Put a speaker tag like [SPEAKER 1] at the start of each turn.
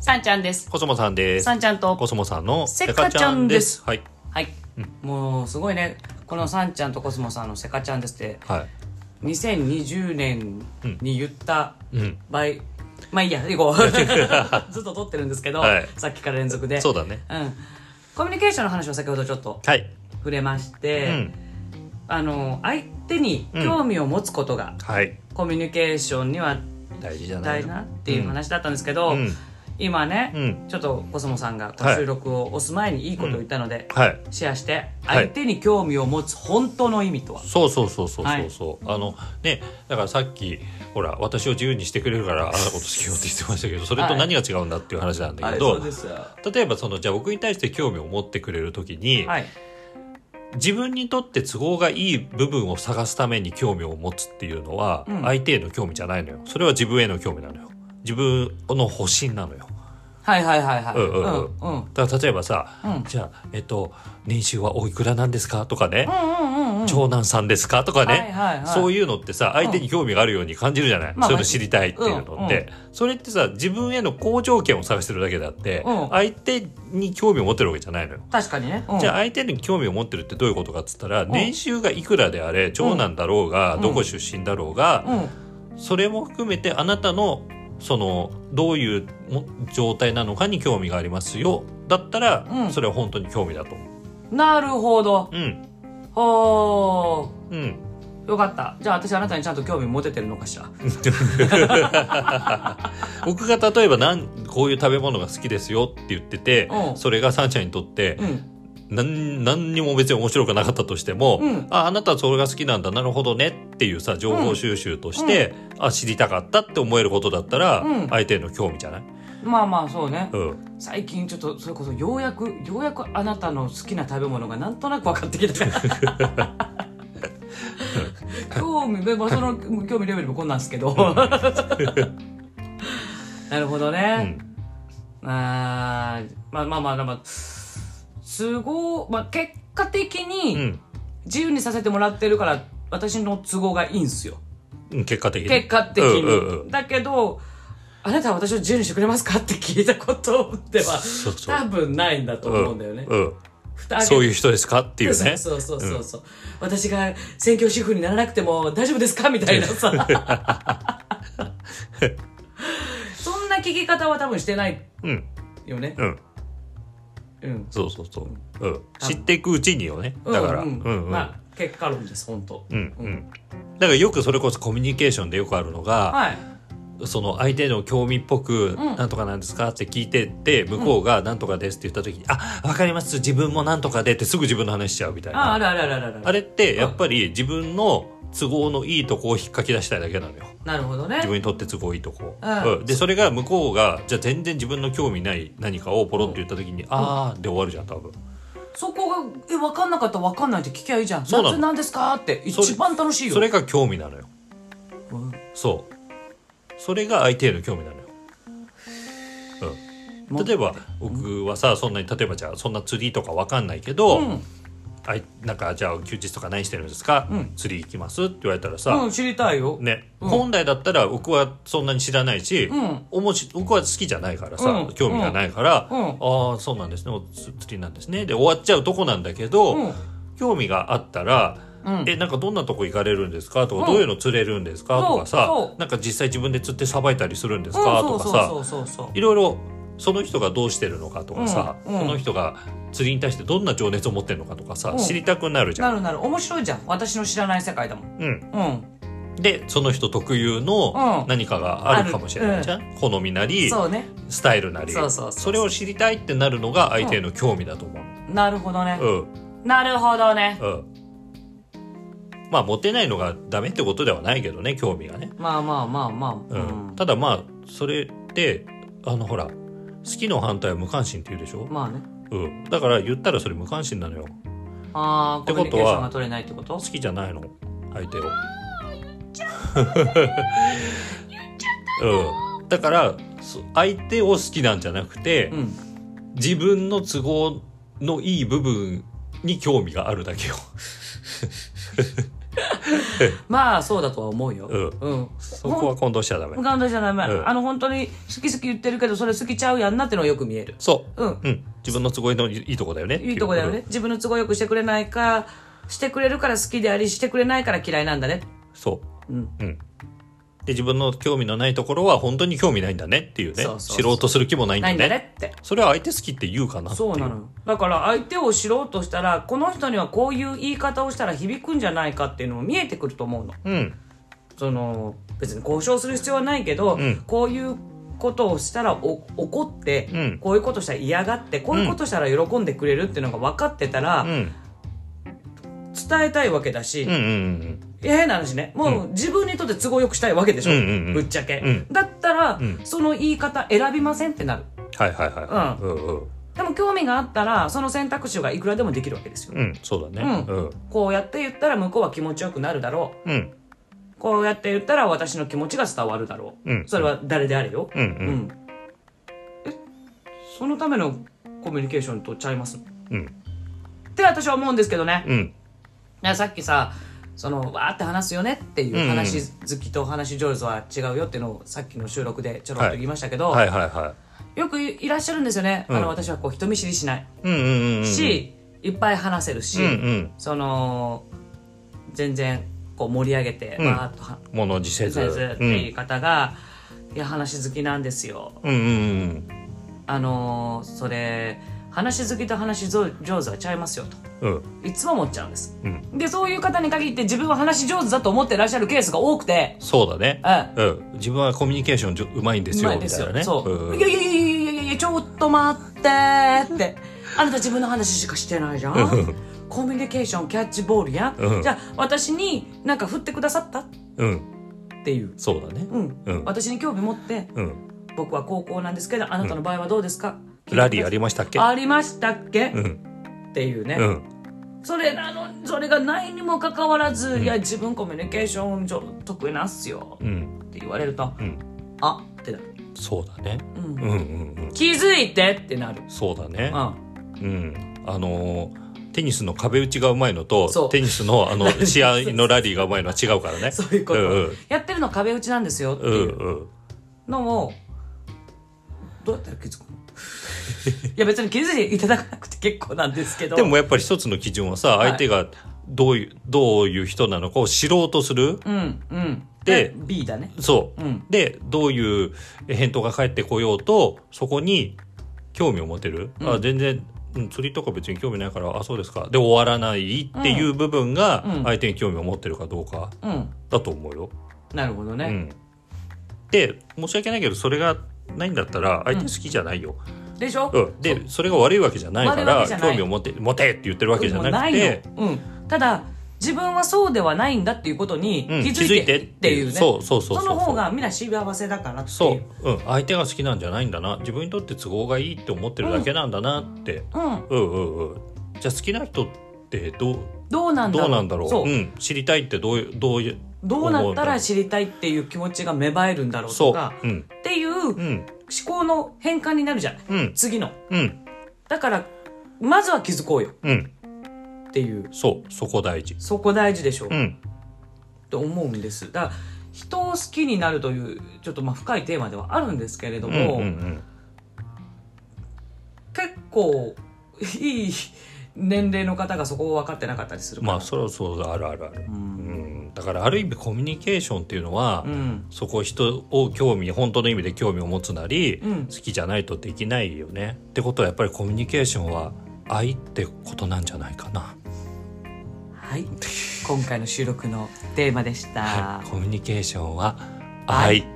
[SPEAKER 1] さんちゃんです。
[SPEAKER 2] コスモさんです
[SPEAKER 1] さ。んちゃんと、
[SPEAKER 2] コスモさんの
[SPEAKER 1] せっかちゃんです
[SPEAKER 2] せっかちゃんで
[SPEAKER 1] はい。もう、すごいね。このさんちゃんとコスモさんのセカちゃんですって、
[SPEAKER 2] す。はい。はい。
[SPEAKER 1] 2020年に言った
[SPEAKER 2] うん。
[SPEAKER 1] 場合、まあいいや、行こ う。ずっと撮ってるんですけど、
[SPEAKER 2] はい
[SPEAKER 1] さっきから連続で。
[SPEAKER 2] そうだね。
[SPEAKER 1] うん。コミュニケーションの話を先ほどちょっと
[SPEAKER 2] はい。
[SPEAKER 1] 触れまし
[SPEAKER 2] う
[SPEAKER 1] て、
[SPEAKER 2] ん。
[SPEAKER 1] あの、相手に興味を持つことが、
[SPEAKER 2] はい。
[SPEAKER 1] コミュニケーションには
[SPEAKER 2] 大事じゃな
[SPEAKER 1] 大
[SPEAKER 2] い
[SPEAKER 1] 事なっていう話だったんですけど、
[SPEAKER 2] うん。
[SPEAKER 1] 今ね、
[SPEAKER 2] うん
[SPEAKER 1] ちょっとコスモさんがこ
[SPEAKER 2] は
[SPEAKER 1] の
[SPEAKER 2] い
[SPEAKER 1] 収録を押す前にいいことを言ったので、
[SPEAKER 2] はい。
[SPEAKER 1] シェアして
[SPEAKER 2] はい
[SPEAKER 1] 相手に興味を持つ本当の意味とは、
[SPEAKER 2] そうそうそうそうそうそう、あのねだからさっきほら私を自由にしてくれるからあ落としけようって言ってましたけどそれと何が違うんだっていう話なんだけど、
[SPEAKER 1] すは
[SPEAKER 2] 例えばそのじゃあ僕に対して興味を持ってくれる時に、
[SPEAKER 1] い
[SPEAKER 2] 自分にとって都合がいい部分を探すために興味を持つっていうのは、
[SPEAKER 1] うん
[SPEAKER 2] 相手への興味じゃないのよそれは自分への興味なのよ自分の保身なのよ
[SPEAKER 1] はいはいはいはい
[SPEAKER 2] うんうんうん
[SPEAKER 1] うんうん
[SPEAKER 2] だから例えばさ、
[SPEAKER 1] うん
[SPEAKER 2] じゃあえっと年収はおいくらなんですかとかね、
[SPEAKER 1] うんうんうん
[SPEAKER 2] 長男さんですかとかね、
[SPEAKER 1] はいはいはい
[SPEAKER 2] そういうのってさ相手に興味があるように感じるじゃない、
[SPEAKER 1] まあ
[SPEAKER 2] そういうの知りたいっていうのって、それってさ自分への好条件を探してるだけであって、
[SPEAKER 1] うん
[SPEAKER 2] 相手に興味を持ってるわけじゃないのよ。
[SPEAKER 1] 確かにね、うん
[SPEAKER 2] じゃあ相手に興味を持ってるってどういうことかっつったら、
[SPEAKER 1] ん
[SPEAKER 2] 年収がいくらであれ長男だろうが、
[SPEAKER 1] うん
[SPEAKER 2] どこ出身だろうが、
[SPEAKER 1] うん
[SPEAKER 2] それも含めてあなたのそのどういうも状態なのかに興味がありますよだったら、
[SPEAKER 1] うん
[SPEAKER 2] それは本当に興味だと思う。
[SPEAKER 1] なるほど
[SPEAKER 2] うん
[SPEAKER 1] ほ
[SPEAKER 2] うん
[SPEAKER 1] ーよかったじゃあ私あなたにちゃんと興味持ててるのかしら
[SPEAKER 2] 僕が例えばなんこういう食べ物が好きですよって言ってて、
[SPEAKER 1] うん
[SPEAKER 2] それがサンちゃんにとって
[SPEAKER 1] うん
[SPEAKER 2] 何何にも別に面白くなかったとしても、
[SPEAKER 1] うん
[SPEAKER 2] ああなたはそれが好きなんだなるほどねっていうさ情報収集として、あ知りたかったって思えることだったら、
[SPEAKER 1] うん
[SPEAKER 2] 相手への興味じゃない、
[SPEAKER 1] まあまあそうね
[SPEAKER 2] うん、
[SPEAKER 1] 最近ちょっとそれこそようやくようやくあなたの好きな食べ物がなんとなく分かって きた興味まあその興味レベルもこんなんですけ どなるほどね、あーまあまあまあまあ都合、まあ、結果的
[SPEAKER 2] う
[SPEAKER 1] に
[SPEAKER 2] ん
[SPEAKER 1] 自由にさせてもらってるから私の都合がいいんすよ
[SPEAKER 2] うん、結果的に
[SPEAKER 1] 結果的に、
[SPEAKER 2] うんうんうん
[SPEAKER 1] だけどあなたは私を自由にしてくれますかって聞いたことでは
[SPEAKER 2] そうそう
[SPEAKER 1] 多分ないんだと思うんだよね、
[SPEAKER 2] うん
[SPEAKER 1] 蓋開け
[SPEAKER 2] そういう人ですかっていうね
[SPEAKER 1] そうそうそうそうそう、私が専業主婦にならなくても大丈夫ですかみたいなさそんな聞き方は多分してない
[SPEAKER 2] うん
[SPEAKER 1] よね
[SPEAKER 2] うん
[SPEAKER 1] うん
[SPEAKER 2] そうそうそう、うん、知っていくうちによねだから、
[SPEAKER 1] うんうん
[SPEAKER 2] うんうん
[SPEAKER 1] まあ結果論です本当
[SPEAKER 2] うんうんだからよくそれこそコミュニケーションでよくあるのが、
[SPEAKER 1] はい
[SPEAKER 2] その相手の興味っぽく
[SPEAKER 1] ん
[SPEAKER 2] 「なんとかなんですか?」って聞いてって向こうが「なんとかです」って言った時に「あわかります自分もなんとかで」ってすぐ自分の話しちゃうみたい
[SPEAKER 1] ああ
[SPEAKER 2] な
[SPEAKER 1] るあるあるあるある
[SPEAKER 2] あれってやっぱり自分の都合のいいとこを引っかき出したいだけなのよ
[SPEAKER 1] なるほどね
[SPEAKER 2] 自分にとって都合いいとこ
[SPEAKER 1] うん
[SPEAKER 2] うんでそれが向こうがじゃあ全然自分の興味ない何かをポロって言った時に「ああ」で終わるじゃん多分
[SPEAKER 1] そこがえ分かんなかったら分かんないって聞きゃいいじゃん
[SPEAKER 2] そうなの
[SPEAKER 1] 夏なんですかって
[SPEAKER 2] それ
[SPEAKER 1] 一番楽しいよ
[SPEAKER 2] それが興味なのよ
[SPEAKER 1] うん
[SPEAKER 2] そうそれが相手への興味なのようん
[SPEAKER 1] も
[SPEAKER 2] 例えば僕はさそんなに例えばじゃあそんな釣りとかわかんないけど、
[SPEAKER 1] うん
[SPEAKER 2] あいなんかじゃあ休日とか何してるんですか、
[SPEAKER 1] うん
[SPEAKER 2] 釣り行きますって言われたら
[SPEAKER 1] う
[SPEAKER 2] さ
[SPEAKER 1] ん、知りたいよ、
[SPEAKER 2] ね、
[SPEAKER 1] うん
[SPEAKER 2] 本来だったら僕はそんなに知らないし、
[SPEAKER 1] うん
[SPEAKER 2] おもし僕は好きじゃないからさ、
[SPEAKER 1] うん
[SPEAKER 2] 興味がないから、
[SPEAKER 1] うん
[SPEAKER 2] ああそうなんですねお釣釣りなんですねで終わっちゃうとこなんだけど、
[SPEAKER 1] うん
[SPEAKER 2] 興味があったら、
[SPEAKER 1] うん
[SPEAKER 2] えなんかどんなとこ行かれるんですかとか、
[SPEAKER 1] うん
[SPEAKER 2] どういうの釣れるんですかとか
[SPEAKER 1] そう
[SPEAKER 2] さ
[SPEAKER 1] そう
[SPEAKER 2] なんか実際自分で釣ってさばいたりするんです
[SPEAKER 1] うん
[SPEAKER 2] か、
[SPEAKER 1] そう
[SPEAKER 2] と
[SPEAKER 1] そ
[SPEAKER 2] か
[SPEAKER 1] う
[SPEAKER 2] さ
[SPEAKER 1] そうそうそう
[SPEAKER 2] いろいろその人がどうしてるのかとかさ、
[SPEAKER 1] うんうん
[SPEAKER 2] その人が釣りに対してどんな情熱を持ってるのかとかさ、
[SPEAKER 1] うん
[SPEAKER 2] 知りたくなるじゃ。
[SPEAKER 1] なんるなる面白いじゃん私の知らない世界だもん
[SPEAKER 2] うん、
[SPEAKER 1] うん
[SPEAKER 2] でその人特有
[SPEAKER 1] う
[SPEAKER 2] の
[SPEAKER 1] ん
[SPEAKER 2] 何かがあるかもしれないじゃん、好みなり
[SPEAKER 1] そうね
[SPEAKER 2] スタイルなり
[SPEAKER 1] そうそうそう
[SPEAKER 2] れを知りたいってなるのが相手への興味だと思う。
[SPEAKER 1] なるほどね、
[SPEAKER 2] うん
[SPEAKER 1] なるほどね
[SPEAKER 2] うんまあ持てないのがダメってことではないけどね興味がね。
[SPEAKER 1] まあまあまあまあ
[SPEAKER 2] う
[SPEAKER 1] うんん
[SPEAKER 2] ただまあそれってあのほら好きの反対は無関心って言うでしょ、
[SPEAKER 1] まあね
[SPEAKER 2] うん、だから言ったらそれ無関心なのよ。
[SPEAKER 1] ああ
[SPEAKER 2] て
[SPEAKER 1] コ
[SPEAKER 2] こと
[SPEAKER 1] ミュニケ
[SPEAKER 2] は
[SPEAKER 1] ーションが取れないってこと
[SPEAKER 2] 好きじゃないの相手を。うん、だからそ相手を好きなんじゃなくて、
[SPEAKER 1] うん
[SPEAKER 2] 自分の都合のいい部分に興味があるだけよ。
[SPEAKER 1] まあそうだとは思うよ。
[SPEAKER 2] うん
[SPEAKER 1] うん。
[SPEAKER 2] そこは混同しちゃダメ
[SPEAKER 1] 無感動じゃダメ、
[SPEAKER 2] うん
[SPEAKER 1] あの本当に好き好き言ってるけどそれ好きちゃうやんなってのがよく見える
[SPEAKER 2] そう、
[SPEAKER 1] うん
[SPEAKER 2] うん、自分の都合のいいいいとこだよね
[SPEAKER 1] いいとこだよね自分の都合よくしてくれないかしてくれるから好きでありしてくれないから嫌いなんだね
[SPEAKER 2] そう、
[SPEAKER 1] うん
[SPEAKER 2] で自分の興味のないところは本当に興味ないんだねっていうね
[SPEAKER 1] そうそうそう
[SPEAKER 2] 知ろうとする気もないんだ
[SPEAKER 1] ない
[SPEAKER 2] ね
[SPEAKER 1] んだねって
[SPEAKER 2] それは相手好きって言うかなってい
[SPEAKER 1] そうなのよだから相手を知ろうとしたらこの人にはこういう言い方をしたら響くんじゃないかっていうのも見えてくると思うの
[SPEAKER 2] うん
[SPEAKER 1] その別に交渉する必要はないけど、
[SPEAKER 2] ん
[SPEAKER 1] こういうことをしたらお怒って、
[SPEAKER 2] うん
[SPEAKER 1] こういうことしたら嫌がってこういうことしたら喜んでくれるっていうのが分かってたら、
[SPEAKER 2] うん
[SPEAKER 1] 伝えたいわけだし、
[SPEAKER 2] うんうんうん
[SPEAKER 1] いや変な話ねもう自分にとって都合よくしたいわけでしょ、
[SPEAKER 2] うんうんうん
[SPEAKER 1] ぶっちゃけ、
[SPEAKER 2] うん
[SPEAKER 1] だったら、
[SPEAKER 2] ん
[SPEAKER 1] その言い方選びませんってなる
[SPEAKER 2] はいはいはい、うん、うんうん
[SPEAKER 1] でも興味があったらその選択肢がいくらでもできるわけですよ、
[SPEAKER 2] そうだね
[SPEAKER 1] う
[SPEAKER 2] うん
[SPEAKER 1] こうやって言ったら向こうは気持ちよくなるだろう
[SPEAKER 2] うん
[SPEAKER 1] こうやって言ったら私の気持ちが伝わるだろう、
[SPEAKER 2] うん
[SPEAKER 1] それは誰であれよ、
[SPEAKER 2] うんう
[SPEAKER 1] うん
[SPEAKER 2] ん
[SPEAKER 1] えそのためのコミュニケーションとちゃいます
[SPEAKER 2] うん
[SPEAKER 1] って私は思うんですけどね、
[SPEAKER 2] うん
[SPEAKER 1] いやさっきさそのわーって話すよねっていう話好きと話し上手は違うよっていうのをさっきの収録でちょろっと言いましたけど、
[SPEAKER 2] はいはいは
[SPEAKER 1] よくいらっしゃるんですよね、あの私はこう人見知りしない
[SPEAKER 2] いうんうんうんうん
[SPEAKER 1] し、いっぱい話せるし、
[SPEAKER 2] うんうん
[SPEAKER 1] その全然こう盛り上げて
[SPEAKER 2] ん
[SPEAKER 1] わーっと話
[SPEAKER 2] 物自せず
[SPEAKER 1] せずって
[SPEAKER 2] うん
[SPEAKER 1] いう方が、いや話好きなんですよ
[SPEAKER 2] うんうん
[SPEAKER 1] あのーそれ話好きと話し上手はちゃいますよと
[SPEAKER 2] うんうん
[SPEAKER 1] いつも思っちゃうんです、
[SPEAKER 2] うん
[SPEAKER 1] でそういう方に限って自分は話し上手だと思ってらっしゃるケースが多くて
[SPEAKER 2] そうだね
[SPEAKER 1] う
[SPEAKER 2] うん自分はコミュニケーションじょうまいんです
[SPEAKER 1] うま
[SPEAKER 2] よ
[SPEAKER 1] い
[SPEAKER 2] み
[SPEAKER 1] で
[SPEAKER 2] た
[SPEAKER 1] す
[SPEAKER 2] い
[SPEAKER 1] よ、
[SPEAKER 2] なね
[SPEAKER 1] そう、
[SPEAKER 2] うん
[SPEAKER 1] いやいやいやいやいやいやちょっと待ってーってあなた自分の話しかしてないじゃんコミュニケーションキャッチボールや、
[SPEAKER 2] うん
[SPEAKER 1] じゃあ私になんか振ってくださったっ
[SPEAKER 2] うん
[SPEAKER 1] ていう、
[SPEAKER 2] そうだね
[SPEAKER 1] うん
[SPEAKER 2] うん
[SPEAKER 1] 私に興味持って
[SPEAKER 2] うん
[SPEAKER 1] 僕は高校なんですけどあなたの場合はどうですか、
[SPEAKER 2] ラリーあ
[SPEAKER 1] り
[SPEAKER 2] りましたっけ
[SPEAKER 1] ありましたっけ、
[SPEAKER 2] うん
[SPEAKER 1] っていうね、
[SPEAKER 2] うん
[SPEAKER 1] それなのそれがないにもかかわらず、いや自分コミュニケーション上得意なんすよ
[SPEAKER 2] うん
[SPEAKER 1] って言われると、
[SPEAKER 2] ん
[SPEAKER 1] あってなる、
[SPEAKER 2] そうだね
[SPEAKER 1] う
[SPEAKER 2] うんんうんうん
[SPEAKER 1] 気づいてってなる、
[SPEAKER 2] そうだね
[SPEAKER 1] うん、
[SPEAKER 2] うん、あのーテニスの壁打ちがうまいの
[SPEAKER 1] そ
[SPEAKER 2] と
[SPEAKER 1] う
[SPEAKER 2] テニスの あの試合のラリーがうまいのは違うから ね。
[SPEAKER 1] そういうこと、
[SPEAKER 2] うん
[SPEAKER 1] やってるの壁打ちなんですよって
[SPEAKER 2] うん
[SPEAKER 1] いう
[SPEAKER 2] うん
[SPEAKER 1] のをどうやったら気づくの いや別に気づいていただかなくて結構なんですけ
[SPEAKER 2] う
[SPEAKER 1] ど
[SPEAKER 2] ん、でもやっぱり一つの基準はさ
[SPEAKER 1] はい
[SPEAKER 2] 相手がどういうどういう人なのかを知ろうとする、
[SPEAKER 1] うんうん
[SPEAKER 2] で
[SPEAKER 1] B だね
[SPEAKER 2] そう、
[SPEAKER 1] うん
[SPEAKER 2] でどういう返答が返ってこようとそこに興味を持てる、あ全然、うん、釣りとか別に興味ないからあそうですかで終わらないっていう部分が
[SPEAKER 1] うん
[SPEAKER 2] 相手に興味を持ってるかどうか
[SPEAKER 1] うん
[SPEAKER 2] だと思うよ。
[SPEAKER 1] なるほどね、
[SPEAKER 2] うん、で申し訳ないけどそれがないんだったら相手好きじゃないよ、
[SPEAKER 1] でしょ、
[SPEAKER 2] うんでそれが悪いわけじゃないか
[SPEAKER 1] 悪いわ
[SPEAKER 2] ら
[SPEAKER 1] けじゃない
[SPEAKER 2] 興味を持て持てって言ってるわけじゃなくて
[SPEAKER 1] もうないのうん、ただ自分はそうではないんだっていうことに
[SPEAKER 2] うん
[SPEAKER 1] 気づいてっていうね、
[SPEAKER 2] そうそうそうそう
[SPEAKER 1] の方がみんな幸せだからっていう
[SPEAKER 2] そううん、相手が好きなんじゃないんだな自分にとって都合がいいって思ってるだけなんだなって、
[SPEAKER 1] うん、
[SPEAKER 2] うん、うんうんじゃあ好きな人ってどう
[SPEAKER 1] どうなんだろ
[SPEAKER 2] どう
[SPEAKER 1] う
[SPEAKER 2] なんだろう
[SPEAKER 1] そう、
[SPEAKER 2] ん、知りたいってどういうどういう
[SPEAKER 1] どうなった
[SPEAKER 2] 思う
[SPEAKER 1] ら
[SPEAKER 2] んだ
[SPEAKER 1] 知りたいっていう気持ちが芽生えるんだろうと
[SPEAKER 2] そ
[SPEAKER 1] か
[SPEAKER 2] ううん
[SPEAKER 1] っていう
[SPEAKER 2] う
[SPEAKER 1] 思
[SPEAKER 2] ん
[SPEAKER 1] 考の変換になるじゃん、
[SPEAKER 2] うん
[SPEAKER 1] 次の
[SPEAKER 2] うん
[SPEAKER 1] だからまずは気づこうよ
[SPEAKER 2] うん
[SPEAKER 1] っていう
[SPEAKER 2] そうそこ大事
[SPEAKER 1] そこ大事でしょう、
[SPEAKER 2] うん
[SPEAKER 1] と思うんですだから人を好きになるというちょっとまあ深いテーマではあるんですけれど
[SPEAKER 2] うんう
[SPEAKER 1] も、
[SPEAKER 2] んうん
[SPEAKER 1] 結構いい年齢の方がそこを分かってなかったりするから
[SPEAKER 2] まあそろそろあるあるある、
[SPEAKER 1] う
[SPEAKER 2] うんん、だからある意味コミュニケーションっていうのは、
[SPEAKER 1] うん
[SPEAKER 2] そこ人を興味本当の意味で興味を持つなり、
[SPEAKER 1] うん
[SPEAKER 2] 好きじゃないとできないよねってことはやっぱりコミュニケーションは愛ってことなんじゃないかな、
[SPEAKER 1] はい今回の収録のテーマでした、
[SPEAKER 2] はい、コミュニケーションは愛